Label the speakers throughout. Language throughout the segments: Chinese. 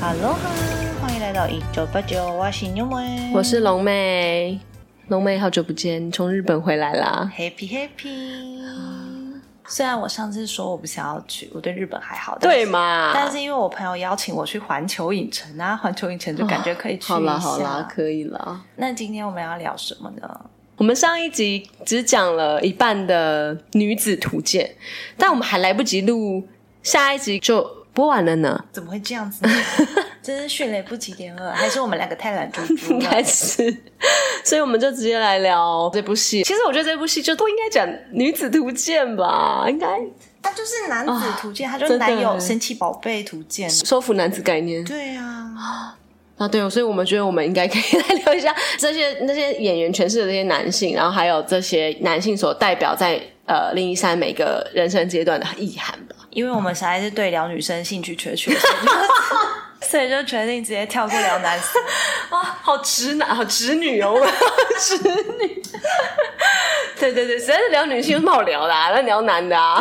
Speaker 1: Hello 欢迎来到一九八九，我是牛妹，
Speaker 2: 我是龙妹，龙妹好久不见，你从日本回来啦。
Speaker 1: Happy Happy。虽然我上次说我不想要去，我对日本还好，但
Speaker 2: 对
Speaker 1: 是？
Speaker 2: 嘛？
Speaker 1: 但是因为我朋友邀请我去环球影城啊，环球影城就感觉可以去一下。
Speaker 2: 哦好啦好啦，可以啦。
Speaker 1: 那今天我们要聊什么呢？
Speaker 2: 我们上一集只讲了一半的女子图鉴，但我们还来不及录下一集就播完了 呢。
Speaker 1: 怎么会这样子呢？真是迅雷不及掩耳，还是我们两个太懒猪猪
Speaker 2: 应
Speaker 1: 了？
Speaker 2: 该是，所以我们就直接来聊这部戏。其实我觉得这部戏就不应该讲女子图鉴吧，应该
Speaker 1: 他就是男子图鉴，他就是
Speaker 2: 啊真的
Speaker 1: 男友神奇宝贝图鉴。
Speaker 2: 收服男子概念。
Speaker 1: 对啊，
Speaker 2: 啊，对、哦，所以我们觉得我们应该可以来聊一下这些那些演员诠释的这些男性，然后还有这些男性所代表在呃林一山每个人生阶段的意涵吧。
Speaker 1: 因为我
Speaker 2: 嗯
Speaker 1: 们实在是对聊女生兴趣缺缺，所以就所以就 决定直接跳过聊男 生。
Speaker 2: 啊，好直男，好直女哦，我们直女。对对对，实在是聊女性有什么好聊的、啊？那聊男的啊。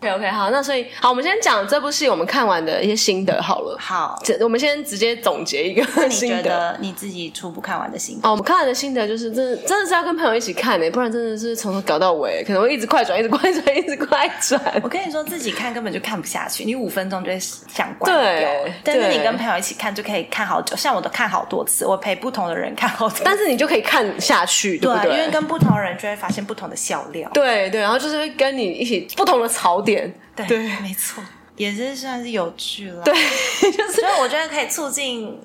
Speaker 1: 对啊，
Speaker 2: OK OK，好，那所以好，我们先讲这部戏我们看完的一些心得好了。
Speaker 1: 好，
Speaker 2: 这我们先直接总结一个
Speaker 1: 你
Speaker 2: 心
Speaker 1: 觉
Speaker 2: 得。
Speaker 1: 得你自己初步看完的心得？
Speaker 2: 哦，我们看完的心得就是，真的真的是要跟朋友一起看诶、欸不然真的是从头搞到尾，欸可能会一直快转，一直快转，一直快 转。
Speaker 1: 我跟你说，自己看根本就看不下去，你五分钟就会想关
Speaker 2: 对
Speaker 1: 掉。但是你
Speaker 2: 对
Speaker 1: 跟朋友一起看就可以看好久，像我都看好多次，我陪不同的人看好多次。
Speaker 2: 但是你就可以看下去，对
Speaker 1: 对
Speaker 2: 不
Speaker 1: 啊，
Speaker 2: 对？
Speaker 1: 因为跟不同人就会发现不同的笑料。
Speaker 2: 对对，然后就是会跟你一起不同的槽点，
Speaker 1: 对，
Speaker 2: 对
Speaker 1: 没错，也是算是有趣了。
Speaker 2: 对，就是
Speaker 1: 所以我觉得可以促进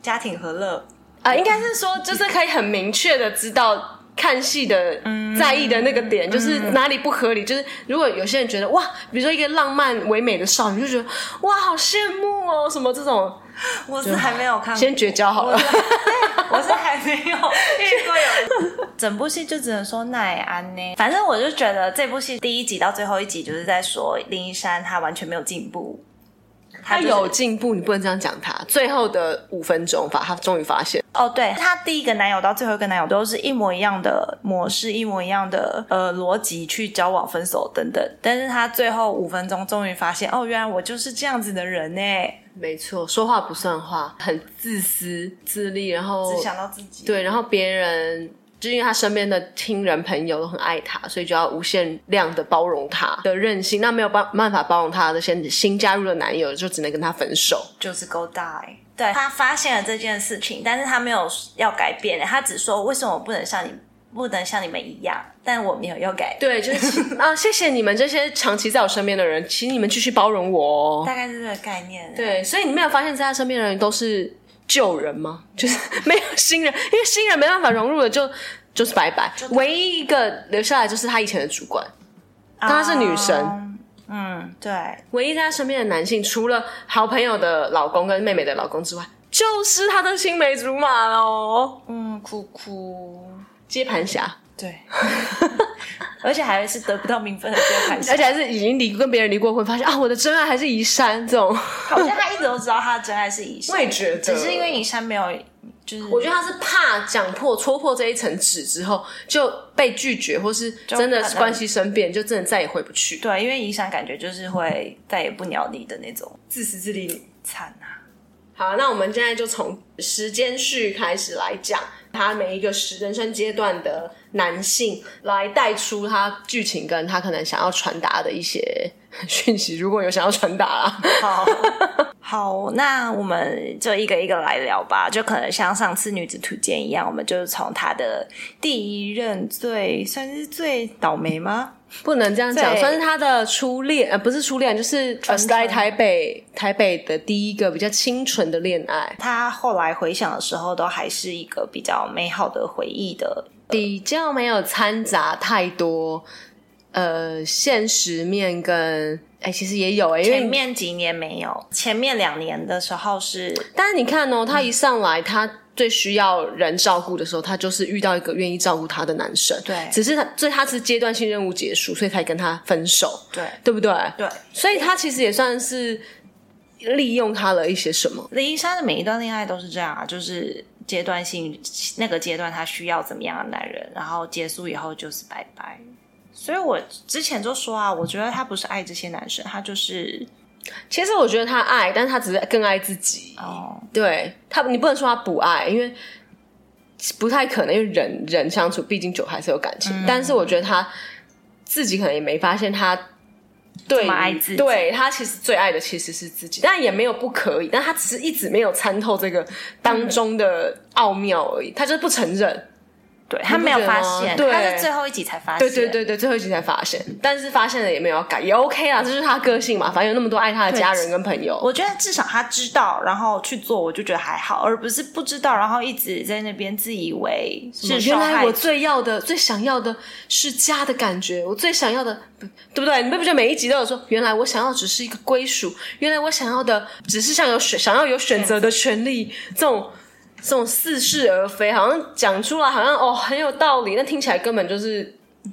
Speaker 1: 家庭和乐。
Speaker 2: 啊、应该是说，就是可以很明确的知道看戏的、在意的那个点，就是哪里不合理。就是如果有些人觉得哇，比如说一个浪漫唯美的少女，就觉得哇，好羡慕哦，什么这种，
Speaker 1: 我是还没有看过，
Speaker 2: 先绝交好了。
Speaker 1: 我是还没有遇过有人。 整部戏就只能说奈安呢，反正我就觉得这部戏第一集到最后一集就是在说林一山他完全没有进步，
Speaker 2: 他
Speaker 1: 就是
Speaker 2: 有进步，你不能这样讲他。最后的五分钟吧，他终于发现，
Speaker 1: 哦，对，他第一个男友到最后一个男友都是一模一样的模式，一模一样的呃逻辑去交往、分手等等，但是他最后五分钟终于发现，哦，原来我就是这样子的人呢，
Speaker 2: 没错，说话不算话，很自私自利，然后
Speaker 1: 只想到自己，，
Speaker 2: 对，然后别人就因为他身边的亲人朋友都很爱他，所以就要无限量的包容他的任性。那没有办办法包容他的先新加入的男友，就只能跟他分手。
Speaker 1: 就是 go die。对他发现了这件事情，但是他没有要改变，欸他只说为什么我不能像你，不能像你们一样，但我没有要改变，
Speaker 2: 对，就是 啊，谢谢你们这些长期在我身边的人，请你们继续包容我哦。
Speaker 1: 大概是这个概念。，欸
Speaker 2: 对，所以你没有发现，在他身边的人都是旧人吗？ 就是没有新人，因为新人没办法融入了就，就是拜拜。唯一一个留下来就是他以前的主管，但她是女神。
Speaker 1: 嗯，对，
Speaker 2: 唯一在他身边的男性，除了好朋友的老公跟妹妹的老公之外，就是他的青梅竹马喽，
Speaker 1: 嗯，哭哭。
Speaker 2: 接盘 侠，
Speaker 1: 对，而且还是得不到名分的接盘侠
Speaker 2: 而且，还是已经离跟别人离过婚，发现啊，我的真爱还是宜山这种。
Speaker 1: 好像他一直都知道他的真爱是以山，
Speaker 2: 觉得
Speaker 1: 只是因为以山没有，就是
Speaker 2: 我觉得他是怕讲破、戳破这一层纸之后就被拒绝，或是真的
Speaker 1: 就可能
Speaker 2: 关系生变，就真的再也回不去，
Speaker 1: 对，因为以山感觉就是会再也不鸟你的那种，
Speaker 2: 自私自利。
Speaker 1: 惨啊！
Speaker 2: 好，那我们现在就从时间序开始来讲，他每一个时人生阶段的男性来带出他剧情跟他可能想要传达的一些讯息，如果有想要传达啦。
Speaker 1: 好 好，那我们就一个一个来聊吧，就可能像上次女子图鉴一样，我们就是从她的第一任最算是最倒霉吗？
Speaker 2: 不能这样讲，
Speaker 1: 对
Speaker 2: 算是他的初恋，呃，不是初恋，就是呃，
Speaker 1: 纯
Speaker 2: 在台北台北的第一个比较清纯的恋爱，
Speaker 1: 她后来回想的时候，都还是一个比较美好的回忆的
Speaker 2: 比较没有掺杂太多呃现实面跟哎、其实也有哎、因为
Speaker 1: 前面几年没有，前面两年的时候是
Speaker 2: 但是你看哦，
Speaker 1: 嗯
Speaker 2: 他一上来，他最需要人照顾的时候，他就是遇到一个愿意照顾他的男生。
Speaker 1: 对
Speaker 2: 只是他，所以他是阶段性任务结束，所以才跟他分手，
Speaker 1: 对
Speaker 2: 对不对？
Speaker 1: 对
Speaker 2: 所以他其实也算是利用他了一些什么。
Speaker 1: 林一山的每一段恋爱都是这样啊，就是阶段性那个阶段他需要怎么样的男人，然后结束以后就是拜拜。所以我之前就说啊，我觉得他不是爱这些男生，他就是
Speaker 2: 其实我觉得他爱，但是他只是更爱自己。
Speaker 1: 哦，
Speaker 2: 对他，你不能说他不爱，因为不太可能，因为人人相处，毕竟久还是有感
Speaker 1: 嗯
Speaker 2: 情。但是我觉得他自己可能也没发现他对
Speaker 1: 这么爱
Speaker 2: 于
Speaker 1: 自己
Speaker 2: 对他其实最爱的其实是自己，但也没有不可以，但他只是一直没有参透这个当中的奥妙而已，
Speaker 1: 嗯
Speaker 2: 他就是不承认。
Speaker 1: 对他没有
Speaker 2: 觉得
Speaker 1: 发
Speaker 2: 吗
Speaker 1: 现，
Speaker 2: 对
Speaker 1: 他是最后一集才发现。
Speaker 2: 对对对对，最后一集才发现，但是发现了也没有要改，也 OK 啦，这就是他个性嘛。反正有那么多爱他的家人跟朋友，
Speaker 1: 我觉得至少他知道，然后去做，我就觉得还好，而不是嗯不知道，然后一直在那边自以为是受
Speaker 2: 原来
Speaker 1: 害
Speaker 2: 我
Speaker 1: 者。
Speaker 2: 最要的、最想要的是家的感觉，我最想要的，不对不对？你们不觉得每一集都有说，原来我想要只是一个归属，原来我想要的只是像有选，想要有选择的权利，这种这种似是而非，好像讲出来好像哦很有道理，但听起来根本就是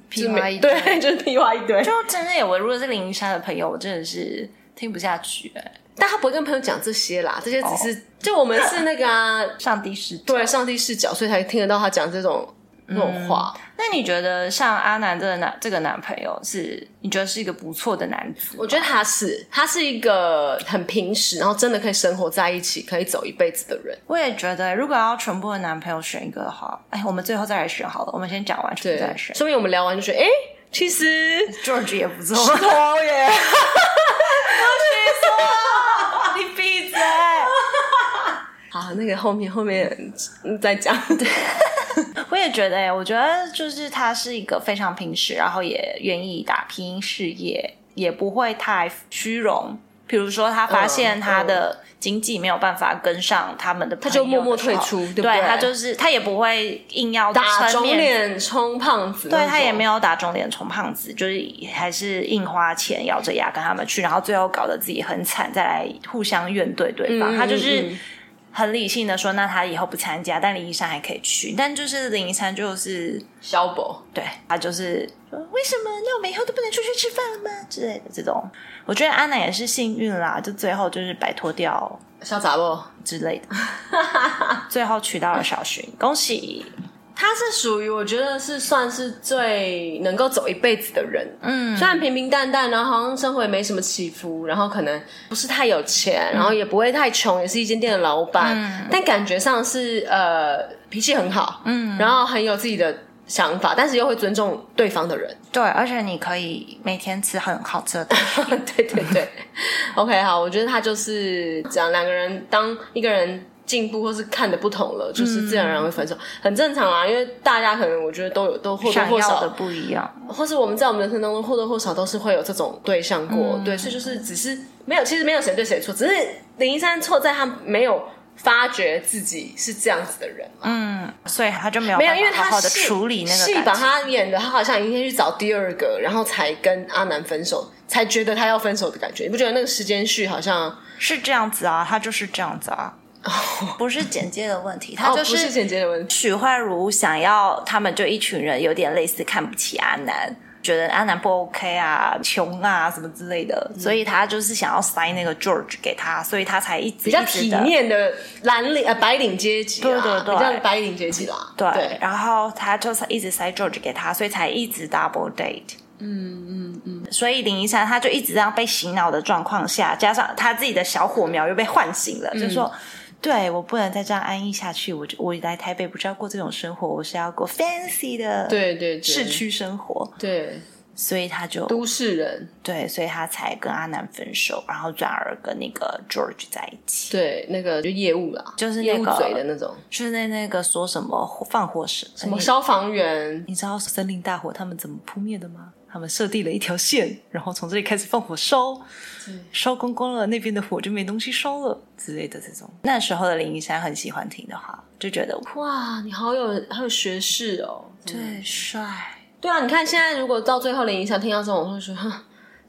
Speaker 1: 屁
Speaker 2: 就是
Speaker 1: 话
Speaker 2: 没
Speaker 1: 一堆
Speaker 2: 对， 就是屁话一堆。
Speaker 1: 就真的，我如果是林依莎的朋友，我真的是听不下去、哎
Speaker 2: 但他不会跟朋友讲这些啦，这些只是、
Speaker 1: 哦
Speaker 2: 就我们是那个啊，
Speaker 1: 上帝视角。
Speaker 2: 对上帝视角，所以才听得到他讲这种那种话。
Speaker 1: 那你觉得像阿南这个男这个男朋友是，你觉得是一个不错的男子？
Speaker 2: 我觉得他是，他是一个很平时，然后真的可以生活在一起，可以走一辈子的人。
Speaker 1: 我也觉得，如果要全部的男朋友选一个的话，哎，我们最后再来选好了。我们先讲完，全部再来选。
Speaker 2: 说明我们聊完就觉得，哎、其实
Speaker 1: George 也不错，
Speaker 2: 头 耶，
Speaker 1: 你闭嘴。
Speaker 2: 好，那个后面后面嗯再讲。 对，
Speaker 1: 我也觉得、哎，我觉得就是他是一个非常平时，然后也愿意打拼事业，也不会太虚荣。比如说，他发现他的经济没有办法跟上他们的朋友的时候，
Speaker 2: 就默默退出对
Speaker 1: 对
Speaker 2: 不对
Speaker 1: 他就是他也不会硬要
Speaker 2: 打
Speaker 1: 撑
Speaker 2: 肿
Speaker 1: 面子
Speaker 2: 脸充胖子那种，
Speaker 1: 对他也没有打肿脸充胖子，就是还是硬花钱咬着牙跟他们去，然后最后搞得自己很惨，再来互相怨对对方。
Speaker 2: 嗯
Speaker 1: 他就是
Speaker 2: 嗯嗯
Speaker 1: 很理性的说，那他以后不参加，但林一山还可以去。但就是林一山就是
Speaker 2: 消薄。
Speaker 1: 对他就是说为什么？那我们以后都不能出去吃饭了吗？之类的这种。我觉得安娜也是幸运啦，就最后就是摆脱掉
Speaker 2: 小杂不？
Speaker 1: 之类 的，最后娶到了小薰，恭喜！
Speaker 2: 他是属于我觉得是算是最能够走一辈子的人，
Speaker 1: 嗯，
Speaker 2: 虽然平平淡淡，然后好像生活也没什么起伏，然后可能不是太有
Speaker 1: 嗯
Speaker 2: 钱，然后也不会太穷，也是一间店的老板，但感觉上是呃脾气很好，嗯，然后很有自己的想法，但是又会尊重对方的人。
Speaker 1: 对，而且你可以每天吃很好吃的 东西。
Speaker 2: 对对 对，OK，好，我觉得他就是这样，两个人当一个人。进步或是看的不同了，就是自然而然会分手，很正常啊。因为大家可能我觉得都有都或多
Speaker 1: 想
Speaker 2: 或
Speaker 1: 要
Speaker 2: 少
Speaker 1: 的不一样，
Speaker 2: 或是我们在我们人生当中或多或少都是会有这种对象过，对，所以就是只是没有，其实没有谁对谁错，只是林一山错在他没有发觉自己是这样子的人嘛，
Speaker 1: 所以他就没有
Speaker 2: 没
Speaker 1: 办
Speaker 2: 有，
Speaker 1: 法
Speaker 2: 因为他
Speaker 1: 好好的
Speaker 2: 戏
Speaker 1: 处理那
Speaker 2: 戏
Speaker 1: 个
Speaker 2: 把
Speaker 1: 感情。
Speaker 2: 他演的，他好像应该去找第二个，然后才跟阿南分手，才觉得他要分手的感觉，你不觉得那个时间序好像
Speaker 1: 是这样子啊，他就是这样子啊，不是简介的问题，他就
Speaker 2: 哦不是简洁的问题？
Speaker 1: 许慧茹想要他们就一群人有点类似看不起阿南。觉得阿南不 OK 啊，穷啊什么之类的，所以他就是想要塞那个 George 给他，所以他才一直
Speaker 2: 比较
Speaker 1: 一直
Speaker 2: 体
Speaker 1: 的
Speaker 2: 面的蓝领呃白领阶级啦，
Speaker 1: 对对对
Speaker 2: 比较白领阶级啦，
Speaker 1: 对，然后他就是一直塞 George 给他，所以才一直 double date。嗯嗯嗯，所以林一山他就一直这样被洗脑的状况下，加上他自己的小火苗又被唤醒了，就说：“对我不能再这样安逸下去，我就我来台北不是要过这种生活，我是要过 fancy 的
Speaker 2: 对对对，
Speaker 1: 市区生活。
Speaker 2: 对”
Speaker 1: 所以他就
Speaker 2: 都市人。
Speaker 1: 对，所以他才跟阿南分手，然后转而跟那个 George 在一起，
Speaker 2: 对，那个就业务啦，
Speaker 1: 就是
Speaker 2: 业
Speaker 1: 那
Speaker 2: 务
Speaker 1: 个
Speaker 2: 嘴的那种，
Speaker 1: 就是那那个说什么火放火什
Speaker 2: 什么消防员，
Speaker 1: 你知道森林大火他们怎么扑灭的吗？他们设定了一条线，然后从这里开始放火烧，烧光光了，那边的火就没东西烧了之类的这种。那时候的林一山很喜欢听的话，就觉得
Speaker 2: 哇，你好有好有学识哦。
Speaker 1: 对帅，
Speaker 2: 对啊，你看现在如果到最后林一翔听到这种，我会说。哼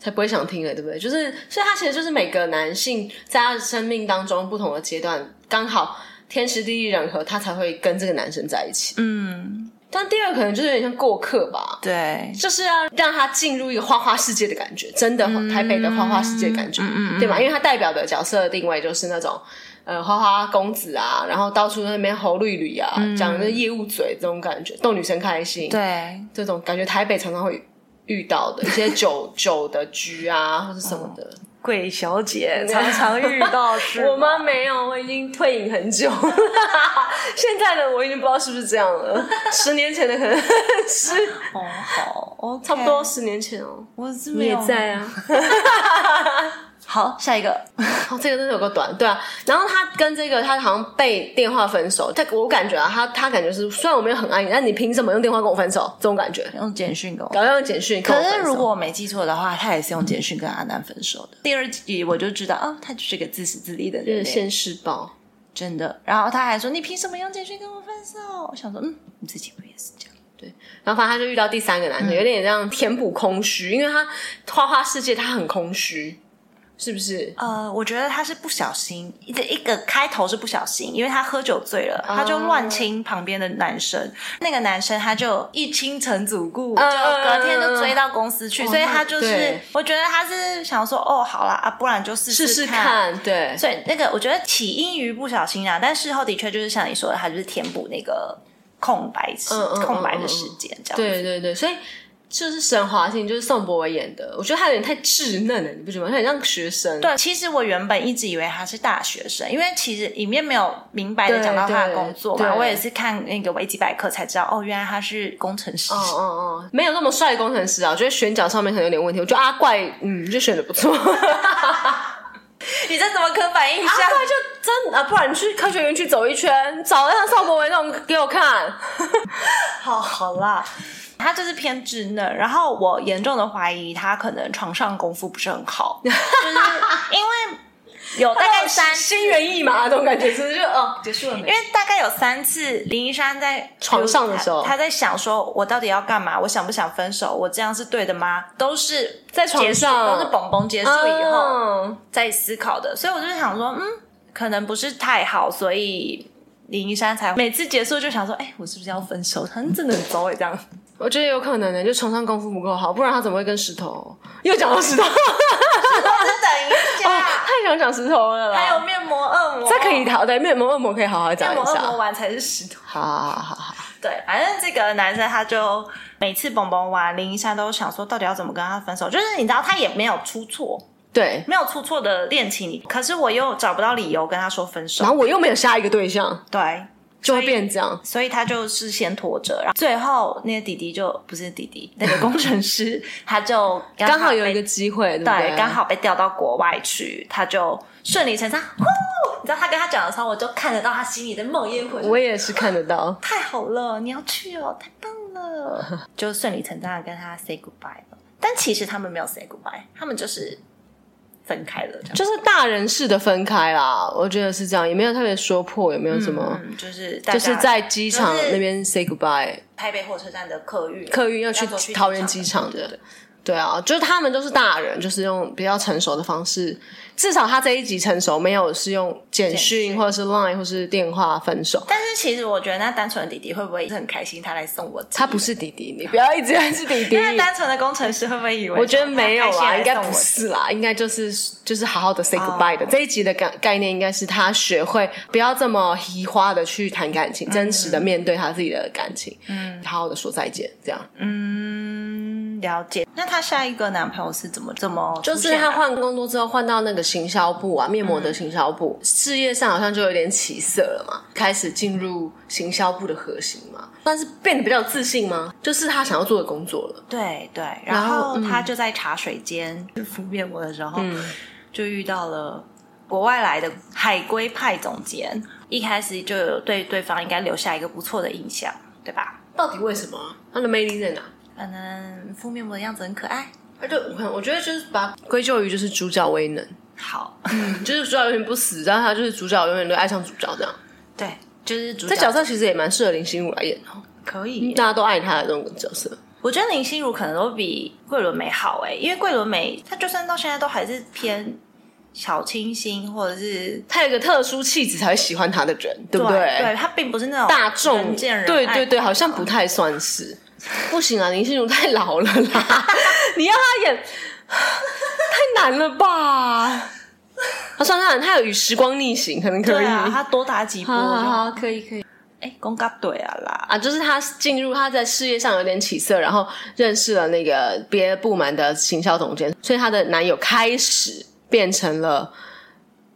Speaker 2: 才不会想听了，对不对？就是，所以他其实就是每个男性在他生命当中不同的阶段，刚好天时地利人和，他才会跟这个男生在一起。
Speaker 1: 嗯，
Speaker 2: 但第二可能就是有点像过客吧，
Speaker 1: 对，
Speaker 2: 就是要让他进入一个花花世界的感觉，真的台北的花花世界的感觉，
Speaker 1: 嗯嗯嗯
Speaker 2: 对吧？因为他代表的角色定位就是那种呃花花公子啊，然后到处那边吼绿绿啊，讲那业务嘴这种感觉，逗女生开
Speaker 1: 嗯
Speaker 2: 心，
Speaker 1: 对，
Speaker 2: 这种感觉台北常常会遇到的一些酒酒的局啊或者什么的，
Speaker 1: 贵小姐哦常常遇到是
Speaker 2: 我妈没有，我已经退隐很久。 现在的我已经不知道是不是这样了。十年前的可能是
Speaker 1: 哦，好，OK，
Speaker 2: 差不多十年前哦。
Speaker 1: 我是
Speaker 2: 你
Speaker 1: 没
Speaker 2: 也
Speaker 1: 有
Speaker 2: 在啊？
Speaker 1: 好，下一个
Speaker 2: 哦，这个真的有个短，对啊。然后他跟这个他好像被电话分手，他我感觉啊，他他感觉是虽然我没有很爱你，但你凭什么用电话跟我分手？这种感觉，
Speaker 1: 用简讯给我。
Speaker 2: 然后用简讯跟我
Speaker 1: 可
Speaker 2: 分手。
Speaker 1: 是如果我没记错的话，他也是用简讯跟阿南分手的。第二集我就知道，哦，他就是个自私自利的
Speaker 2: 就是
Speaker 1: 人，
Speaker 2: 现世报，
Speaker 1: 真的。然后他还说：“你凭什么用简讯跟我分手？”我想说，嗯，你自己不也是这样？
Speaker 2: 然后反正他就遇到第三个
Speaker 1: 嗯
Speaker 2: 男生，有点让填补空虚，因为他花花世界他很空虚，是不是？
Speaker 1: 呃，我觉得他是不小心，一个一个开头是不小心，因为他喝酒醉了，他就乱亲旁边的男生，那个男生他就一亲成主顾，就隔天就追到公司去，所以他就
Speaker 2: 那
Speaker 1: 是
Speaker 2: 对，
Speaker 1: 我觉得他是想说，哦，好啦，啊，不然就试
Speaker 2: 试试看，对，
Speaker 1: 所以那个我觉得起因于不小心啊，但事后的确就是像你说的，他就是填补那个空白时、
Speaker 2: 嗯嗯
Speaker 1: 空白的时间这样。，
Speaker 2: 对对对，所以就是沈华信，就是宋博伟演的，我觉得他有点太稚嫩了，你不觉得吗？他很像学生，
Speaker 1: 对，其实我原本一直以为他是大学生，因为其实里面没有明白的
Speaker 2: 对
Speaker 1: 讲到他的
Speaker 2: 对
Speaker 1: 工作嘛，
Speaker 2: 对
Speaker 1: 我也是看那个维基百科才知道，哦，原来他是工程师。
Speaker 2: 哦哦哦，没有那么帅的工程师啊，我觉得选角上面可能有点问题。我觉得阿怪，嗯，就选的 不错。
Speaker 1: 你这怎么刻板印象？
Speaker 2: 阿怪就真啊，不然你去科学园区走一圈，找一下邵博维那种给我看。
Speaker 1: 好好啦。他就是偏稚嫩，然后我严重的怀疑他可能床上功夫不是很好，就是因为有大
Speaker 2: 哦
Speaker 1: 概三嗯
Speaker 2: 心猿意马那种感觉，是不是就哦结束了
Speaker 1: 因
Speaker 2: 没？
Speaker 1: 为大概有三次林一山在
Speaker 2: 床上的时候
Speaker 1: 他他在想说，我到底要干嘛？我想不想分手？我这样是对的吗？都是在
Speaker 2: 床上
Speaker 1: 都是蹦蹦结束以后
Speaker 2: 哦
Speaker 1: 再思考的，所以我就想说，嗯，可能不是太好，所以林一山才每次结束就想说，哎、我是不是要分手？他真的很糟哎，这 样。
Speaker 2: 我觉得有可能呢，就床上功夫不够好，不然他怎么会跟石头？又讲到石 头，
Speaker 1: 等一 下，
Speaker 2: 太想讲石头了啦。
Speaker 1: 啊还有面膜恶魔，
Speaker 2: 这可以好，对面膜恶魔可以好好讲
Speaker 1: 面膜
Speaker 2: 一
Speaker 1: 恶
Speaker 2: 下。
Speaker 1: 魔完才是石头。
Speaker 2: 好好好好，
Speaker 1: 对，反正这个男生他就每次蹦蹦完，林一山都想说到底要怎么跟他分手，就是你知道他也没有出错，
Speaker 2: 对。
Speaker 1: 没有出错的恋情，可是我又找不到理由跟他说分手
Speaker 2: 然，后我又没有下一个 对象，
Speaker 1: 对，
Speaker 2: 就会变这样。
Speaker 1: 所以他就是先拖着，然后最后那个弟弟就不是弟弟，那个工程师他就
Speaker 2: 刚好有
Speaker 1: 被
Speaker 2: 一个机会，对不
Speaker 1: 对，刚好被调到国外去，他就顺理成章。呼你知道他跟他讲的时候，我就看得到他心里在冒烟回。
Speaker 2: 我也是看得到。
Speaker 1: 太好了，你要去哦，太棒 了，就顺理成章的跟他 say goodbye 了。但其实他们没有 say goodbye，他们就是分开了，这样。
Speaker 2: 就是大人式的分开啦，我觉得是这样，也没有特别说破，也没有什么，
Speaker 1: 嗯，就是大家
Speaker 2: 就是在机场
Speaker 1: 就是
Speaker 2: 那边 say goodbye，
Speaker 1: 台北火车站的客运，
Speaker 2: 客运要去
Speaker 1: 走去
Speaker 2: 桃园机场的。对啊，就是他们都是大人，就是用比较成熟的方式，至少他这一集成熟，没有是用简讯
Speaker 1: 讯
Speaker 2: 或者是 Line 或是电话分手。
Speaker 1: 但是其实我觉得那单纯的弟弟会不会很开心，他来送我？
Speaker 2: 他不是弟弟，你不要一直认识弟弟。
Speaker 1: 那单纯的工程师会不会以为？
Speaker 2: 我觉得没有
Speaker 1: 啊，
Speaker 2: 啦，应该不是啦，应该就是就是好好的 say goodbye 的。这一集的概概念应该是他学会不要这么移花的去谈感情，真实的面对他自己的感情，嗯，好好的说再见，这样。
Speaker 1: 嗯，了解。那她下一个男朋友是怎么怎么出
Speaker 2: 就
Speaker 1: 现的？
Speaker 2: 是他换工作之后，换到那个行销部啊，面膜的行销部，事业上好像就有点起色了嘛，开始进入行销部的核心嘛，但是变得比较有自信吗？就是他想要做的工作了。
Speaker 1: 对对，
Speaker 2: 然
Speaker 1: 然
Speaker 2: 后
Speaker 1: 后
Speaker 2: 嗯
Speaker 1: 他就在茶水间敷面膜的时候，就遇到了国外来的海归派总监，一开始就有对对方应该留下一个不错的印象，对吧？
Speaker 2: 到底为什么啊？他的魅力在哪？
Speaker 1: 可能敷面膜的样子很可爱。
Speaker 2: 而且我看，我觉得就是把它归咎于就是主角威能，
Speaker 1: 好，
Speaker 2: 就是主角永远不死，但他就是主角永远都爱上主角这样。
Speaker 1: 对，啊就是主
Speaker 2: 这角色其实也蛮适合林心如来演的哦，
Speaker 1: 可以耶
Speaker 2: 大家都爱他的这种角色。
Speaker 1: 我觉得林心如可能都比桂纶镁好哎、因为桂纶镁她就算到现在都还是偏小清新，或者是
Speaker 2: 他有一个特殊气质才会喜欢他的人，对不
Speaker 1: 对她并不是那种
Speaker 2: 大众
Speaker 1: 人见人
Speaker 2: 对
Speaker 1: 爱
Speaker 2: 对对，好像不太算是。不行啊，林心如太老了 啦，你要她演太难了 吧？他算算，他有与时光逆行，可能可
Speaker 1: 对
Speaker 2: 以。
Speaker 1: 啊，她多打几波
Speaker 2: 好
Speaker 1: 就
Speaker 2: 好
Speaker 1: 好。
Speaker 2: 好，可以可以
Speaker 1: 哎，公告对啊啦，
Speaker 2: 啊，就是他进入他在事业上有点起色，然后认识了那个别的部门的行销总监，所以她的男友开始变成了。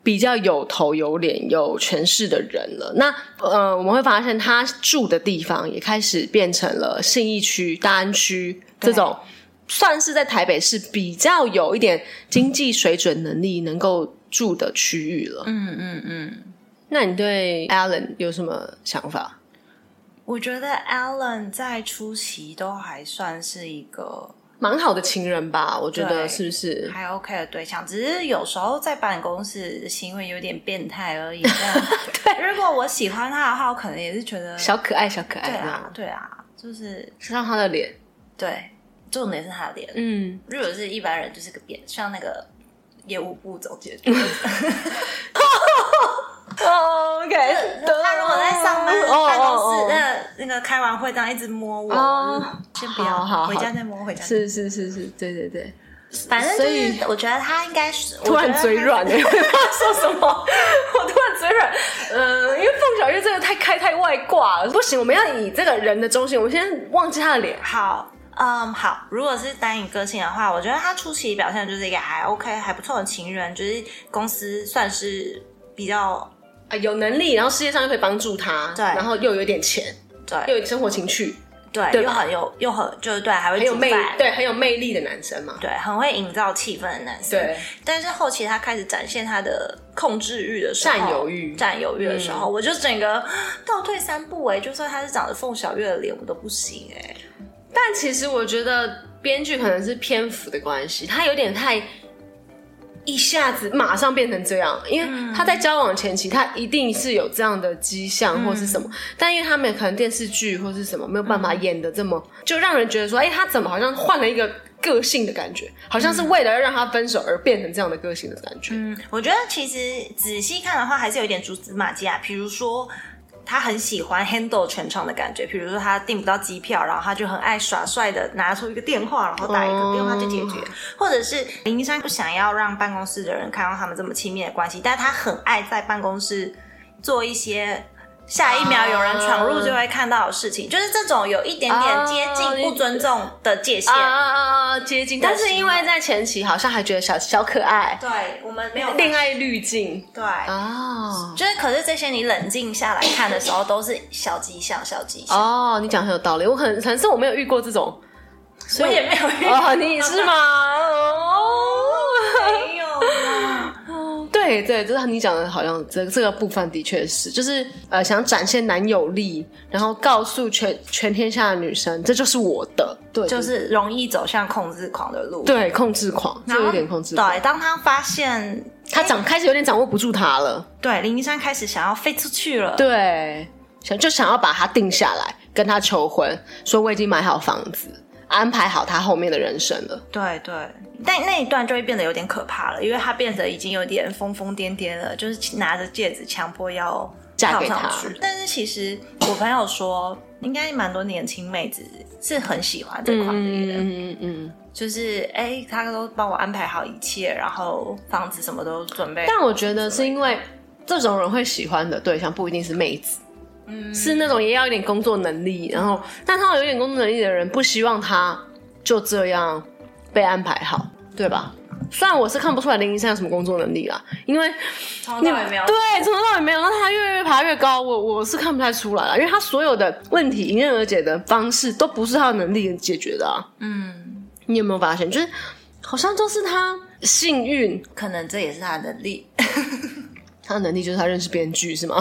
Speaker 2: 比较有头有脸有权势的人了。那呃，我们会发现他住的地方也开始变成了信义区、大安区这种，算是在台北市比较有一点经济水准能力能够住的区域了。
Speaker 1: 嗯嗯嗯，
Speaker 2: 那你对 Allen 有什么想法？
Speaker 1: 我觉得 Alan 在初期都还算是一个
Speaker 2: 蛮好的情人吧，我觉得
Speaker 1: 对
Speaker 2: 是不是？
Speaker 1: 还 OK 的对象，只是有时候在办公室行为有点变态 而已。但如果我喜欢他的话，我可能也是觉得
Speaker 2: 小可爱，小可爱
Speaker 1: 对
Speaker 2: 这
Speaker 1: 啊
Speaker 2: 样，
Speaker 1: 对啊，就是
Speaker 2: 上他的脸，
Speaker 1: 对，重点是他的脸。
Speaker 2: 嗯，
Speaker 1: 如果是一般人，就是个变，像那个业务部总 监。
Speaker 2: 哦，OK，
Speaker 1: 他如果在上班办公室，
Speaker 2: 哦
Speaker 1: 那那个开完会这样一直摸我，我
Speaker 2: 哦
Speaker 1: 就先不要，
Speaker 2: 好好好
Speaker 1: 回家再摸，回家再摸。
Speaker 2: 是是是是，对对对。
Speaker 1: 反正就
Speaker 2: 所以
Speaker 1: 是，我觉得他应该是
Speaker 2: 突然嘴软欸
Speaker 1: 了。
Speaker 2: 了， 我不知道说什么， 我突然嘴软。嗯、因为凤小岳这个太开太外挂了，不行，我们要以这个人的中心，我们先忘记他的脸。
Speaker 1: 好，嗯，好。如果是单一个性的话，我觉得他初期表现就是一个还 OK、还不错的情人，就是公司算是比较
Speaker 2: 啊，有能力，然后事业上又可以帮助他，
Speaker 1: 对
Speaker 2: 然后又有一点钱，又
Speaker 1: 对
Speaker 2: 有生活情趣，
Speaker 1: 对，
Speaker 2: 对吧
Speaker 1: 又很有又很就是对，还会
Speaker 2: 很有
Speaker 1: 煮
Speaker 2: 魅，
Speaker 1: 饭
Speaker 2: 对，很有魅力的男生嘛。
Speaker 1: 对，很会营造气氛的男生。
Speaker 2: 对，
Speaker 1: 但是后期他开始展现他的控制欲的时候，
Speaker 2: 占有欲嗯
Speaker 1: 占有欲的时候，我就整个啊倒退三步哎、就算他是长着凤小月的脸，我都不行哎、
Speaker 2: 但其实我觉得编剧可能是篇幅的关系，他有点太一下子马上变成这样，因为他在交往前期，他一定是有这样的迹象或是什么，但因为他们可能电视剧或是什么没有办法演的这么，就让人觉得说，哎、他怎么好像换了一个个性的感觉，好像是为了要让他分手而变成这样的个性的感觉。
Speaker 1: 嗯，我觉得其实仔细看的话，还是有一点蛛丝马迹啊。比如说，他很喜欢 handle 全场的感觉。比如说，他订不到机票，然后他就很爱耍帅的拿出一个电话，然后打一个电话就解决。或者是林一山不想要让办公室的人看到他们这么亲密的关系，但他很爱在办公室做一些。下一秒有人闯入就会看到的事情，就是这种有一点点接
Speaker 2: 哦
Speaker 1: 近不尊重的界限。
Speaker 2: 啊啊啊啊！接近，但是因为在前期好像还觉得小小可爱，
Speaker 1: 对我们没有
Speaker 2: 恋爱滤镜
Speaker 1: 对
Speaker 2: 啊，
Speaker 1: 就是，可是这些你冷静下来看的时候，都是小迹象，小迹象。
Speaker 2: 哦，你讲很有道理，我很可能是我没有遇过这 种，所
Speaker 1: 我
Speaker 2: 以
Speaker 1: 也没有遇
Speaker 2: 哦，
Speaker 1: 到，
Speaker 2: 你是吗？哦，
Speaker 1: 没有啦。
Speaker 2: 对对，就是你讲的，好像这这个部分的确是，就是呃，想展现男友力，然后告诉全全天下的女生，这就是我的，对，
Speaker 1: 就是容易走向控制狂的路。，
Speaker 2: 对控制狂，就
Speaker 1: 然后
Speaker 2: 有点控制狂，
Speaker 1: 对，当他发现哎
Speaker 2: 他掌开始有点掌握不住他了，
Speaker 1: 对林一山开始想要飞出去了，
Speaker 2: 对，想就想要把他定下来，跟他求婚，说我已经买好房子，安排好他后面的人生了。
Speaker 1: 对对，但那一段就会变得有点可怕了，因为他变得已经有点疯疯癫癫了，就是拿着戒指强迫要
Speaker 2: 嫁给
Speaker 1: 套上
Speaker 2: 他
Speaker 1: 去但是其实我朋友说，应该蛮多年轻妹子是很喜欢这款的人。
Speaker 2: 嗯嗯嗯。
Speaker 1: 就是哎、诶他都帮我安排好一切，然后房子什么都准备。
Speaker 2: 但我觉得是因为这种人会喜欢的对象不一定是妹子，嗯，是那种也要有点工作能力，然后但他有点工作能力的人不希望他就这样被安排好，对吧？虽然我是看不出来林一山有什么工作能力啦，因为
Speaker 1: 从头到尾没有
Speaker 2: 对，从头到尾没有，让他越越爬越高，我我是看不太出来了，因为他所有的问题迎刃而解的方式都不是他的能力解决的、啊。
Speaker 1: 嗯，
Speaker 2: 你有没有发现，就是好像都是他幸运
Speaker 1: 可能这也是他的能 力。
Speaker 2: 他的能力就是他认识编剧是吗？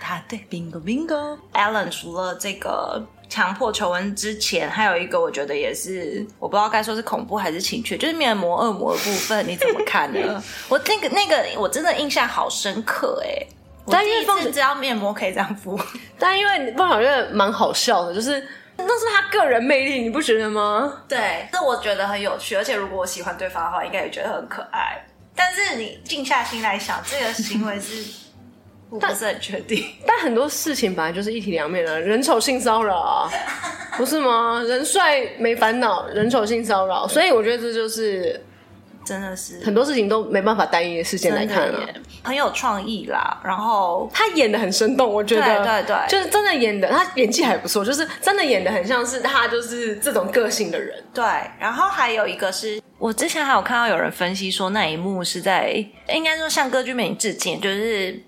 Speaker 1: 他对，bingo bingo。Alan 除了这个强迫求婚之前，还有一个我觉得也是，我不知道该说是恐怖还是情趣，就是面膜恶魔的部分，你怎么看 呢？我那个那个我真的印象好深刻哎、我
Speaker 2: 但
Speaker 1: 第
Speaker 2: 因为
Speaker 1: 一
Speaker 2: 放
Speaker 1: 次知道面膜可以这样敷，
Speaker 2: 但因为孟小月蛮好笑的，就是那是他个人魅力，你不觉得吗？
Speaker 1: 对，这我觉得很有趣，而且如果我喜欢对方的话，应该也觉得很可爱。但是你静下心来想，这个行为 是我不是很确定。
Speaker 2: 但很多事情本来就是一体两面的、人丑性骚扰 啊，不是吗？人帅没烦恼，人丑性骚扰，所以我觉得这就是
Speaker 1: 真的是
Speaker 2: 很多事情都没办法单一的事件来
Speaker 1: 真
Speaker 2: 看
Speaker 1: 的
Speaker 2: 了、
Speaker 1: 耶，很有创意啦。然后
Speaker 2: 他演的很生动，我觉得
Speaker 1: 对对对
Speaker 2: 就是真的演的，他演技还不错，就是真的演的很像是他就是这种个性的人。
Speaker 1: 对，然后还有一个是我之前还有看到有人分析说，那一幕是在应该说向歌剧魅影致敬，就是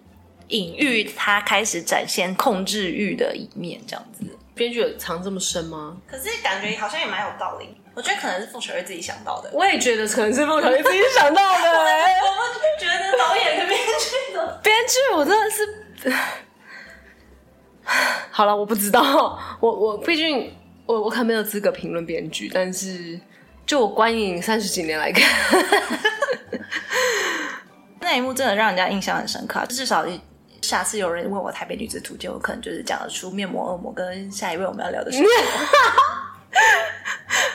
Speaker 1: 隐喻他开始展现控制欲的一面，这样子。
Speaker 2: 编剧有藏这么深吗？
Speaker 1: 可是感觉好像也蛮有道理，我觉得可能是傅首尔自己想到的。
Speaker 2: 我也觉得可能是不小心自己想到 的、欸。
Speaker 1: 我觉得导演跟编剧的，
Speaker 2: 编剧，我真的是， 好了，我不知道， 我我毕竟我我可能没有资格评论编剧，但是就我观影三十几年来看，
Speaker 1: 那一幕真的让人家印象很深刻啊，至少下次有人问我《台北女子图鉴》，我可能就是讲得出面膜恶魔跟下一位我们要聊的事。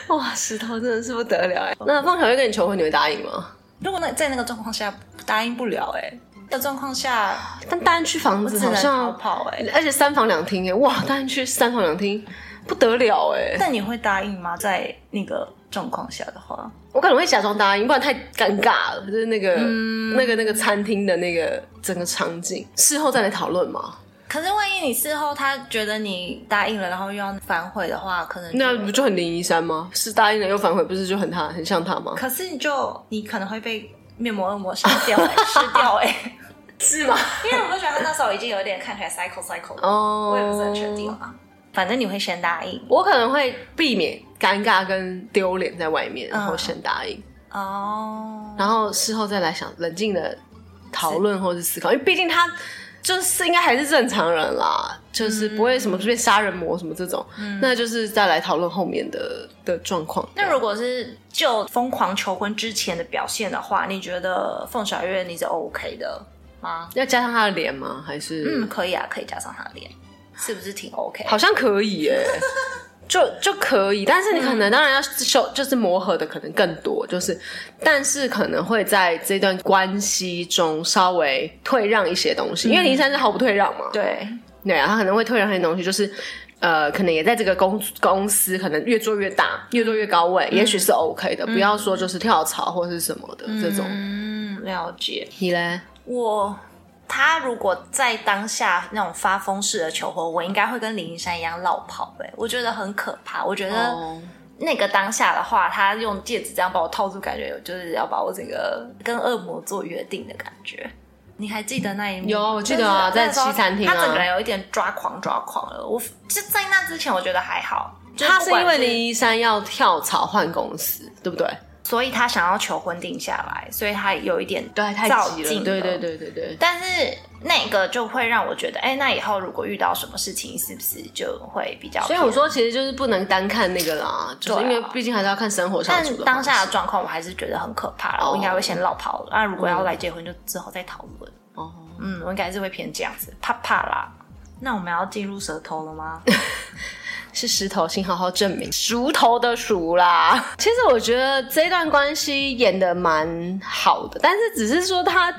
Speaker 2: 哇，石头真的是不得了哎、那方小月跟你求婚，你会答应吗？
Speaker 1: 如果那在那个状况下答应不了、欸，哎，那状况下
Speaker 2: 但单去房子
Speaker 1: 只
Speaker 2: 好
Speaker 1: 能逃
Speaker 2: 像，
Speaker 1: 跑、欸，哎。
Speaker 2: 而且三房两厅哎，哇，单去三房两厅不得了哎、
Speaker 1: 但你会答应吗？在那个状况下的话，
Speaker 2: 我可能会假装答应，不然太尴尬了。就是那个、
Speaker 1: 嗯
Speaker 2: 那个那个餐厅的那个整个场景，事后再来讨论嘛。
Speaker 1: 可是万一你事后他觉得你答应了，然后又要反悔的话，可能就
Speaker 2: 那不就很林一山吗？是答应了又反悔，不是就很他很像他吗？
Speaker 1: 可是你就你可能会被面膜恶魔杀掉、欸、吃掉哎、欸，
Speaker 2: 是吗？
Speaker 1: 因为我会觉得他那时候已经有点看起来 psycho psycho 了，
Speaker 2: 哦，
Speaker 1: 我也不是很确定。啊。反正你会先答应
Speaker 2: 我可能会避免尴尬跟丢脸在外
Speaker 1: 嗯
Speaker 2: 面，然后先答应，
Speaker 1: 哦，
Speaker 2: 然后事后再来想冷静的讨论或是思考，因为毕竟他就是应该还是正常人啦，就是不会什
Speaker 1: 嗯
Speaker 2: 么变杀人魔什么这种，那就是再来讨论后面的的状况。
Speaker 1: 那如果是就疯狂求婚之前的表现的话，你觉得凤小岳你是 OK 的吗？
Speaker 2: 要加上他的脸吗？还是
Speaker 1: 嗯，可以啊，可以加上他的脸，是不是挺 OK？
Speaker 2: 好像可以耶、 就就可以，但是你可能当然要修，就是磨合的可能更多，就是，但是可能会在这段关系中稍微退让一些东西，因为林珊是毫不退让嘛，
Speaker 1: 对，
Speaker 2: 嗯对啊，他可能会退让一些东西，就是。呃，可能也在这个公公司，可能越做越大，越做越高位，也许是 OK 的。不要说就是跳槽或是什么的、这种。
Speaker 1: 嗯，了解。
Speaker 2: 你嘞？
Speaker 1: 我他如果在当下那种发疯式的求婚，我应该会跟林一山一样落跑、欸。我觉得很可怕。我觉得
Speaker 2: 哦，
Speaker 1: 那个当下的话，他用戒指这样把我套住，感觉就是要把我整个跟恶魔做约定的感觉。你还记得那一幕？
Speaker 2: 有我记得啊
Speaker 1: 就是那时候
Speaker 2: 在西餐厅啊
Speaker 1: 他整个人有一点抓狂抓狂了。我就在那之前，我觉得还好。就
Speaker 2: 他
Speaker 1: 不
Speaker 2: 是
Speaker 1: 管
Speaker 2: 因为林一山要跳槽换公司，对不对？
Speaker 1: 所以他想要求婚定下来，所以他有一点
Speaker 2: 对，太
Speaker 1: 躁
Speaker 2: 急
Speaker 1: 进
Speaker 2: 了。对对对对对。
Speaker 1: 但是那个就会让我觉得，哎、那以后如果遇到什么事情，是不是就会比较？
Speaker 2: 所以我，说，其实就是不能单看那个啦，就是因为毕竟还是要看生活相
Speaker 1: 但
Speaker 2: 处的
Speaker 1: 当
Speaker 2: 方式。哦
Speaker 1: 下的状况，我还是觉得很可怕了。我应该会先绕跑了。那、啊如果要来结婚，就之后再讨论。
Speaker 2: 嗯哦，
Speaker 1: 嗯，我应该是会偏这样子，怕怕啦。那我们要进入舌头了 吗？
Speaker 2: 是石头，请好好证明熟头的熟啦。 其实我觉得这段关系演的蛮好的，但是只是说他，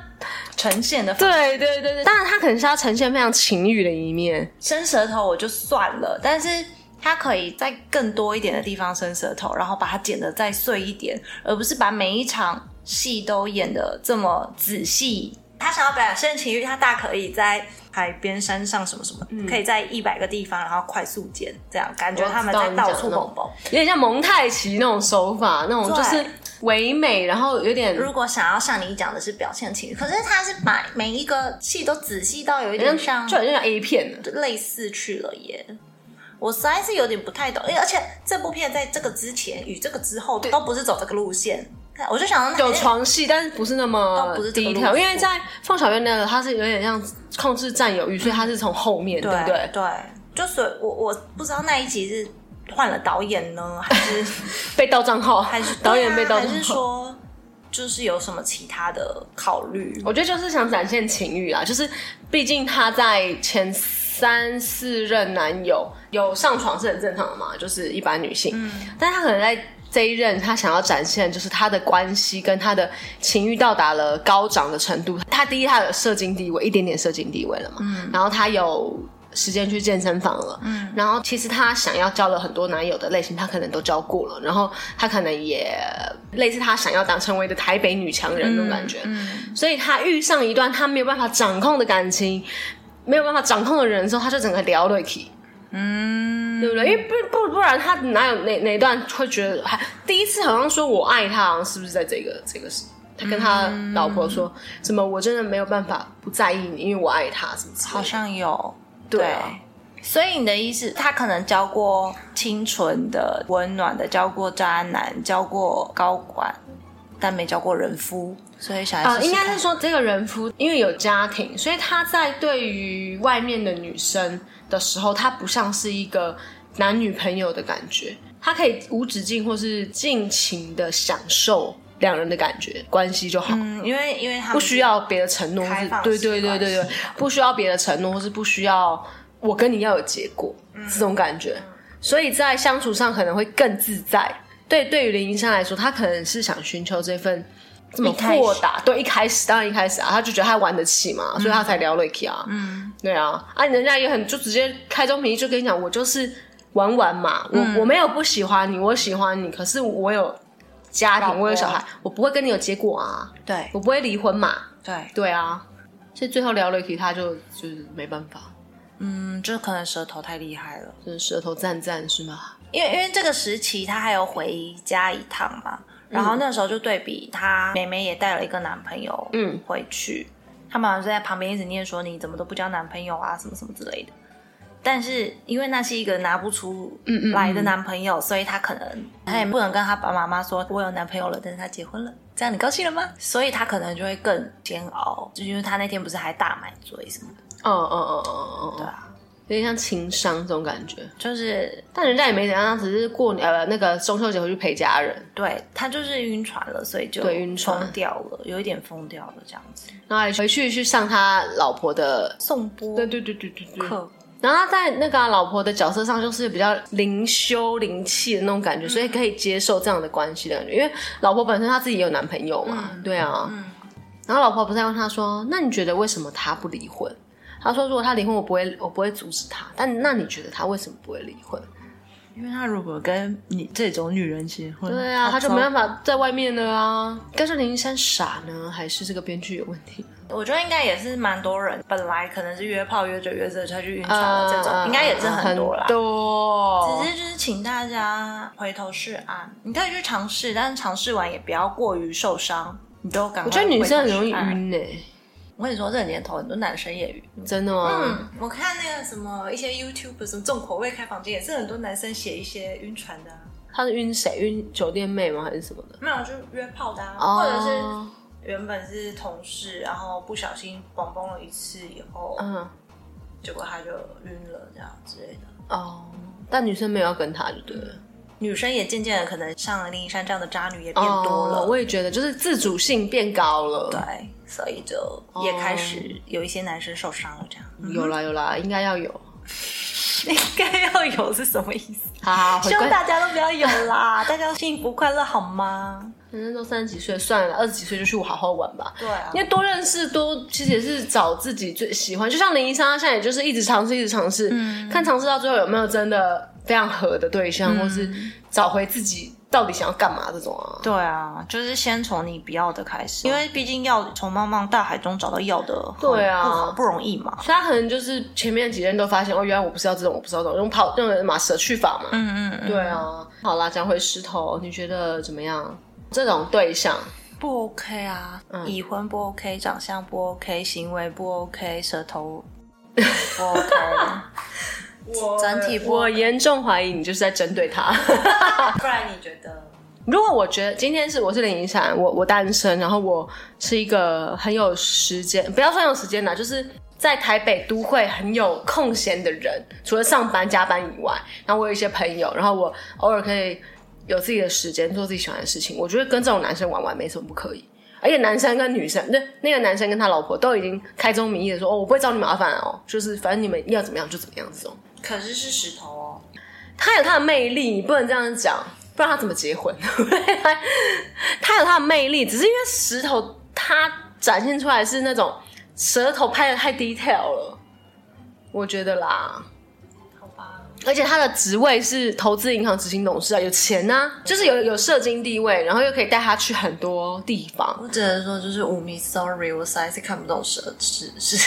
Speaker 1: 呈现的
Speaker 2: 对对对对，当然他可能是要呈现非常情欲的一面，
Speaker 1: 伸舌头我就算了，但是它可以在更多一点的地方伸舌头，然后把它剪得再碎一点，而不是把每一场戏都演得这么仔细。他想要表现情欲，他大可以在海边、山上什么什么，可以在一百个地方，然后快速剪，这样感觉他们在到处蹦蹦。
Speaker 2: 有点像蒙太奇那种手法，那种就是
Speaker 1: 对
Speaker 2: 唯美，然后有点
Speaker 1: 如果想要像你讲的是表现情欲，可是他是把每一个戏都仔细到有一
Speaker 2: 有
Speaker 1: 点
Speaker 2: 点
Speaker 1: 像
Speaker 2: 就很像 A 片的。
Speaker 1: 类似去了耶。我实在是有点不太懂，因为而且这部片在这个之前与这个之后都不是走这个路线，看我就想到那
Speaker 2: 有床戏，但是不是那
Speaker 1: 都
Speaker 2: 么
Speaker 1: 不是这个
Speaker 2: 低
Speaker 1: 路
Speaker 2: 调，
Speaker 1: 数
Speaker 2: 因为在凤小岳那个，他是有点像控制占有欲，所以他是从后面，对
Speaker 1: 对
Speaker 2: 不对？
Speaker 1: 对，就所以我我不知道那一集是换了导演呢，还是
Speaker 2: 被盗账号，
Speaker 1: 还是
Speaker 2: 导演
Speaker 1: 对
Speaker 2: 被
Speaker 1: 啊
Speaker 2: 盗
Speaker 1: 还
Speaker 2: 账
Speaker 1: 是
Speaker 2: 号。
Speaker 1: 说就是有什么其他的考虑？
Speaker 2: 我觉得就是想展现情欲啊，就是毕竟他在前三四任男友有上床是很正常的嘛，就是一般女性，但他可能在。这一任他想要展现就是他的关系跟他的情欲到达了高涨的程度。他第一，他有社经地位，一点点社经地位了嘛。然后他有时间去健身房了。嗯。然后其实他想要交了很多男友的类型，他可能都交过了。然后他可能也类似他想要当成为的台北女强人那种感觉。所以他遇上一段他没有办法掌控的感情，没有办法掌控的人的时候，他就整个聊了起。
Speaker 1: 嗯。
Speaker 2: 对不对？因为不不不然他哪有哪哪一段会觉得还第一次好像说我爱他，好像是不是在这个这个时候他跟他老婆说、
Speaker 1: 嗯
Speaker 2: 什么我真的没有办法不在意你，因为我爱他什么之类的
Speaker 1: 好像有，
Speaker 2: 对啊
Speaker 1: 所以你的意思，他可能交过清纯的、温暖的，交过渣男，交过高管，但没交过人夫，所以想要
Speaker 2: 呃，应该是说这个人夫因为有家庭，所以他在对于外面的女生的时候，他不像是一个男女朋友的感觉，他可以无止境或是尽情的享受两人的感觉关系就好。
Speaker 1: 嗯，因为因为他们
Speaker 2: 不需要别的承诺，或
Speaker 1: 开
Speaker 2: 是
Speaker 1: 放式
Speaker 2: 对对对对对
Speaker 1: 关系，
Speaker 2: 不需要别的承诺，或是不需要我跟你要有结果、
Speaker 1: 嗯
Speaker 2: 这种感觉，所以在相处上可能会更自在。对，对于林医生来说，他可能是想寻求这份这么
Speaker 1: 一开始嗯
Speaker 2: 豁达。对，一开始当然一开始啊，他就觉得他玩得起嘛，所以他才聊 r i k 啊。嗯，对啊，啊，人家也很就直接开宗明义就跟你讲，我就是玩玩嘛，我、
Speaker 1: 嗯
Speaker 2: 我没有不喜欢你，我喜欢你，可是我有家
Speaker 1: 老
Speaker 2: 庭，
Speaker 1: 婆
Speaker 2: 我有小孩，我不会跟你有结果啊。
Speaker 1: 对
Speaker 2: 我不会离婚嘛。
Speaker 1: 对，
Speaker 2: 对啊，所以最后聊了一题，他就就是没办法，
Speaker 1: 嗯，就是可能舌头太厉害了，
Speaker 2: 就是舌头赞赞是吗？
Speaker 1: 因为因为这个时期他还有回家一趟嘛，然后那时候就对比他妹妹也带了一个男朋友，
Speaker 2: 嗯，
Speaker 1: 回去，他们好像是在旁边一直念说你怎么都不交男朋友啊，什么什么之类的。但是因为那是一个拿不出来的男朋友，所以他可能他也不能跟他爸爸妈妈说我有男朋友了，但是他结婚了，这样你高兴了吗？所以他可能就会更煎熬，就因为他那天不是还大买醉什么的，
Speaker 2: 哦哦哦哦哦
Speaker 1: 对
Speaker 2: 哦，
Speaker 1: 啊，
Speaker 2: 有点像情商这种感觉。
Speaker 1: 就是
Speaker 2: 但人家也没怎样，只是过年呃那个中秋节回去陪家人，
Speaker 1: 对他就是晕船了，所以就
Speaker 2: 对晕船
Speaker 1: 疯掉了，有一点疯掉了这样子。
Speaker 2: 然后还回去去上他老婆的。
Speaker 1: 宋波
Speaker 2: 对对对对对对，
Speaker 1: 克
Speaker 2: 然后他在那个老婆的角色上，就是比较灵修灵气的那种感觉，所以可以接受这样的关系的感觉。因为老婆本身她自己也有男朋友嘛，
Speaker 1: 嗯
Speaker 2: 对啊。然后老婆不是还问他说：“那你觉得为什么他不离婚？”啊他说：“如果他离婚，我不会，我不会阻止他。但那你觉得他为什么不会离婚？
Speaker 3: 因为他如果跟你这种女人结婚，
Speaker 2: 对啊，他就
Speaker 3: 糟
Speaker 2: 没办法在外面了啊。该说林一山傻呢，还是这个编剧有问题？
Speaker 1: 我觉得应该也是蛮多人，本来可能是约炮约着约着他就晕船了，这种、
Speaker 2: 嗯
Speaker 1: 应该也是很多啦。
Speaker 2: 很多
Speaker 1: 只是就是请大家回头是岸，你可以去尝试，但是尝试完也不要过于受伤，你就赶快。
Speaker 2: 我觉得女生很容易
Speaker 1: 晕。
Speaker 2: 晕呢、欸
Speaker 1: 我跟你说，这年头很多男生也晕。
Speaker 2: 真的吗？
Speaker 1: 嗯，我看那个什么一些 YouTube 什么重口味开房间，也是很多男生写一些晕船的、啊，
Speaker 2: 他是晕谁？晕酒店妹吗？还是什么的？
Speaker 1: 没有就约炮的、啊
Speaker 2: 哦
Speaker 1: 或者是原本是同事，然后不小心蹦蹦了一次以后，
Speaker 2: 嗯
Speaker 1: 结果他就晕了，这样之类的。
Speaker 2: 哦，但女生没有要跟他就对了，
Speaker 1: 女生也渐渐的可能像林一山这样的渣女也变多了，
Speaker 2: 哦我也觉得就是自主性变高了。
Speaker 1: 对，所以就也开始有一些男生受伤了，这样、
Speaker 2: 嗯有啦有啦，应该要有。
Speaker 1: 应该要有是什么意思？
Speaker 2: 好好，回
Speaker 1: 希望
Speaker 2: 归
Speaker 1: 大家都不要有啦，大家幸福快乐好吗？
Speaker 2: 反正都三十几岁，算了，二十几岁就去好好玩吧。
Speaker 1: 对啊
Speaker 2: 因为多认识多，其实也是找自己最喜欢。就像林医生，他现在也就是一直尝试，一直尝试，看尝试到最后有没有真的非常合的对象，或是找回自己到底想要干嘛这种啊。
Speaker 1: 对啊，就是先从你不要的开始，因为毕竟要从茫茫大海中找到要的，
Speaker 2: 对啊
Speaker 1: 不好不容易嘛。
Speaker 2: 所以他可能就是前面几任都发现哦，原来我不是要这种，我不是要这种，用跑那种马舍去法嘛。
Speaker 1: 嗯嗯嗯，
Speaker 2: 对啊，好啦，讲回石头，你觉得怎么样？这种对象，
Speaker 1: 不 OK 啊，已婚不 OK，长相不 OK，行为不 OK，舌 头不 OK，整体不
Speaker 2: 我严重怀疑你就是在针对他。
Speaker 1: 不然你觉得？
Speaker 2: 如果我觉得今天是我是林依珊，我我单身，然后我是一个很有时间，不要说很有时间啦，就是在台北都会很有空闲的人，除了上班加班以外，然后我有一些朋友，然后我偶尔可以有自己的时间做自己喜欢的事情，我觉得跟这种男生玩玩没什么不可以。而且男生跟女生，那那个男生跟他老婆都已经开宗明义的说，哦，我不会找你麻烦哦，就是反正你们要怎么样就怎么样哦这种。
Speaker 1: 可是是石头哦，
Speaker 2: 他有他的魅力，你不能这样讲，不然他怎么结婚？ 他他有他的魅力，只是因为石头他展现出来是那种舌头拍的太 detail 了，我觉得啦。
Speaker 1: 好吧，
Speaker 2: 而且他的职位是投资银行执行董事啊，有钱呐、就是有有社经地位，然后又可以带他去很多地方。
Speaker 1: 我只能说就是五迷 sorry，我实在是看不懂舌是是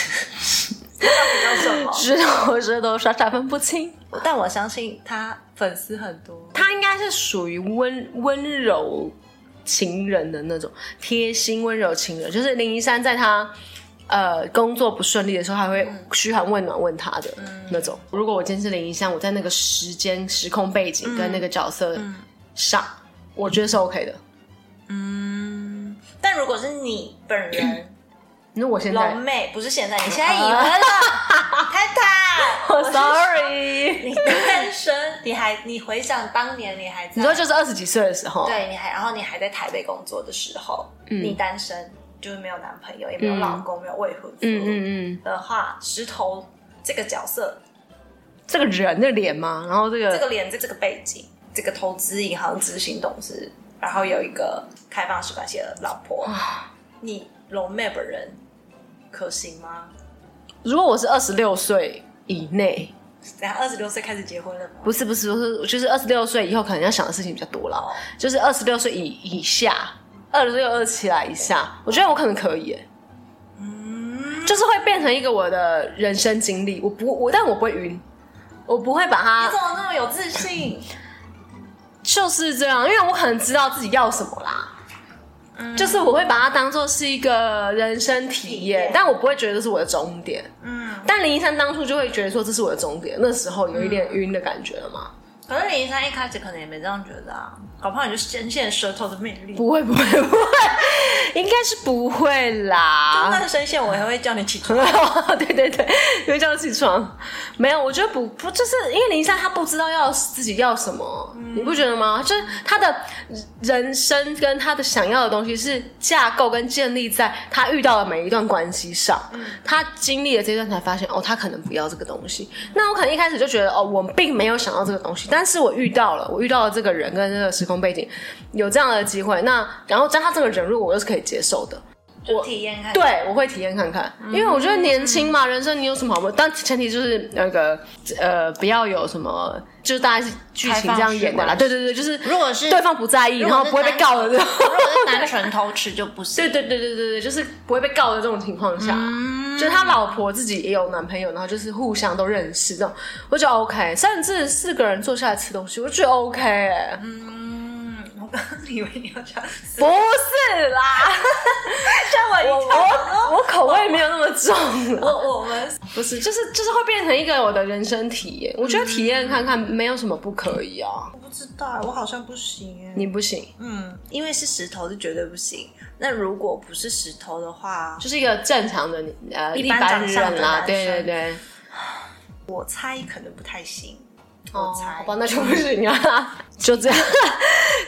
Speaker 1: 到底有 什么？
Speaker 2: 石头石头傻傻分不清。
Speaker 3: 但我相信他粉丝很多，
Speaker 2: 他应该是属于温温柔情人的那种贴心温柔情人，就是林一山在他呃工作不顺利的时候，还会
Speaker 1: 嗯
Speaker 2: 嘘寒问暖问他的那种。如果我今天是林一山，我在那个时间时空背景跟那个角色上，我觉得是 OK 的。
Speaker 1: 嗯，但如果是你本 人
Speaker 2: 那我 现在
Speaker 1: 龙妹，不是现在，你现在已婚 了，太太，
Speaker 2: 我 sorry，
Speaker 1: 你单身，你还你回想当年你还在，
Speaker 2: 你说就是二十几岁的时候，
Speaker 1: 对，你还然后你还在台北工作的时候，
Speaker 2: 嗯
Speaker 1: 你单身就是没有男朋友，也没有老公，没有未婚夫、
Speaker 2: 嗯嗯嗯，
Speaker 1: 的话，石头这个角色，
Speaker 2: 这个人的脸嘛，然后这
Speaker 1: 这
Speaker 2: 个
Speaker 1: 个脸，这这个背景，这个投资银行执行董事，然后有一个开放式关系的老婆，
Speaker 2: 啊
Speaker 1: 你龙妹本人可行吗？
Speaker 2: 如果我是二十六岁以内，
Speaker 1: 然后二十六岁开始结婚了吗？
Speaker 2: 不是不是不是，就是二十六岁以后可能要想的事情比较多
Speaker 1: 哦
Speaker 2: 了，就是二十六岁以以下，二十六二七来以下，我觉得我可能可以、欸，
Speaker 1: 嗯
Speaker 2: 就是会变成一个我的人生经历，我不我但我不会晕，我不会把它
Speaker 1: 你怎么那么有自信？
Speaker 2: 就是这样，因为我可能知道自己要什么啦。就是我会把它当做是一个人生体
Speaker 1: 嗯体
Speaker 2: 验
Speaker 1: 验，
Speaker 2: 但我不会觉得这是我的终点。
Speaker 1: 嗯，
Speaker 2: 但林一山当初就会觉得说这是我的终点，那时候有一
Speaker 1: 嗯
Speaker 2: 点晕的感觉了嘛。
Speaker 1: 可是林一山一开始可能也没这样觉得啊，搞不好你就深陷舌头的魅力。
Speaker 2: 不会，不会，不会，应该是不会
Speaker 1: 那
Speaker 2: 啦。
Speaker 1: 个声线我还会叫你起床。
Speaker 2: 嗯 对对对，因为叫我起床，没有，我觉得不不，就是因为林珊她不知道要自己要什么，你不觉得吗？就是她的人生跟她的想要的东西是架构跟建立在她遇到的每一段关系上，她经历了这段才发现哦，她可能不要这个东西。那我可能一开始就觉得哦，我并没有想要这个东西，但是我遇到了，我遇到了这个人跟这个时空背景，有这样的机会，那然后加上这个人，如果我又是可以接受的，
Speaker 1: 就体验看。，
Speaker 2: 对，我会体验看看，
Speaker 1: 嗯
Speaker 2: 因为我觉得年轻嘛，人生你有什么好不？但前提就是那个呃，不要有什么，就是大概是剧情这样演的啦。
Speaker 1: 开放式关系
Speaker 2: 对对对，就是
Speaker 1: 如果是
Speaker 2: 对方不在意，然后不会被告的这种。
Speaker 1: 如果是单纯偷吃就不行。
Speaker 2: 对对对对对对，就是不会被告的这种情况下，
Speaker 1: 嗯
Speaker 2: 就是他老婆自己也有男朋友，然后就是互相都认识这种，我觉得 OK。甚至四个人坐下来吃东西，我觉得 OK 欸、
Speaker 1: 嗯，我刚刚以为你要讲，
Speaker 2: 不是啦，
Speaker 1: 吓我一
Speaker 2: 我
Speaker 1: 跳。
Speaker 2: 我 我口味没有那么重啦。
Speaker 1: 我我们
Speaker 2: 不是，就是就是会变成一个我的人生体验。我觉得体验看看没有什么不可以啊，
Speaker 1: 我不知道，我好像不行哎。
Speaker 2: 你不行，
Speaker 1: 嗯，因为是石头是绝对不行。那如果不是石头的话，
Speaker 2: 就是一个正常的你呃
Speaker 1: 一
Speaker 2: 一
Speaker 1: 般
Speaker 2: 般
Speaker 1: 长相
Speaker 2: 人
Speaker 1: 的
Speaker 2: 啦，
Speaker 1: 男生
Speaker 2: 对对对，
Speaker 1: 我猜可能不太行。
Speaker 2: 哦
Speaker 1: 我，猜，
Speaker 2: 好吧，那就不行啊，就这样。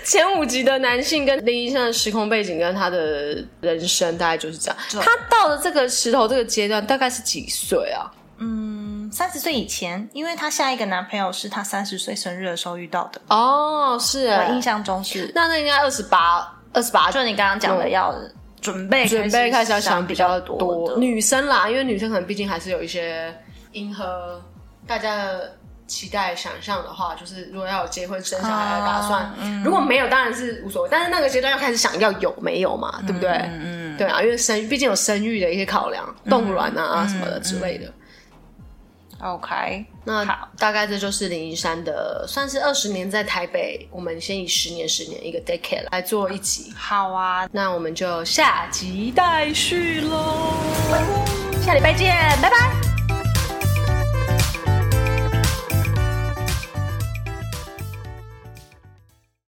Speaker 2: 前五集的男性跟林医生的时空背景跟他的人生大概就是这样。他到了这个石头这个阶段，大概是几岁啊？
Speaker 1: 嗯，三十岁以前，因为她下一个男朋友是她三十岁生日的时候遇到的，
Speaker 2: 哦，是欸，
Speaker 1: 我印象中是。
Speaker 2: 那那应该二十八，二十八
Speaker 1: 就你刚刚讲的，要准备
Speaker 2: 准备开始要
Speaker 1: 想
Speaker 2: 想比较多
Speaker 1: 的
Speaker 2: 女生啦，因为女生可能毕竟还是有一些迎合大家的期待想象的话，就是如果要有结婚生小孩的打算，如果没有当然是无所谓，但是那个阶段要开始想要有没有嘛，对不对？嗯，对啊，因为生育毕竟有生育的一些考量，冻卵啊什么的之类的。
Speaker 1: OK，
Speaker 2: 那大概这就是林一山的，算是二十年在台北，我们先以十年、十年一个 decade 来做一集，
Speaker 1: 好啊，
Speaker 2: 那我们就下集待续喽。
Speaker 1: 下礼拜见，拜拜。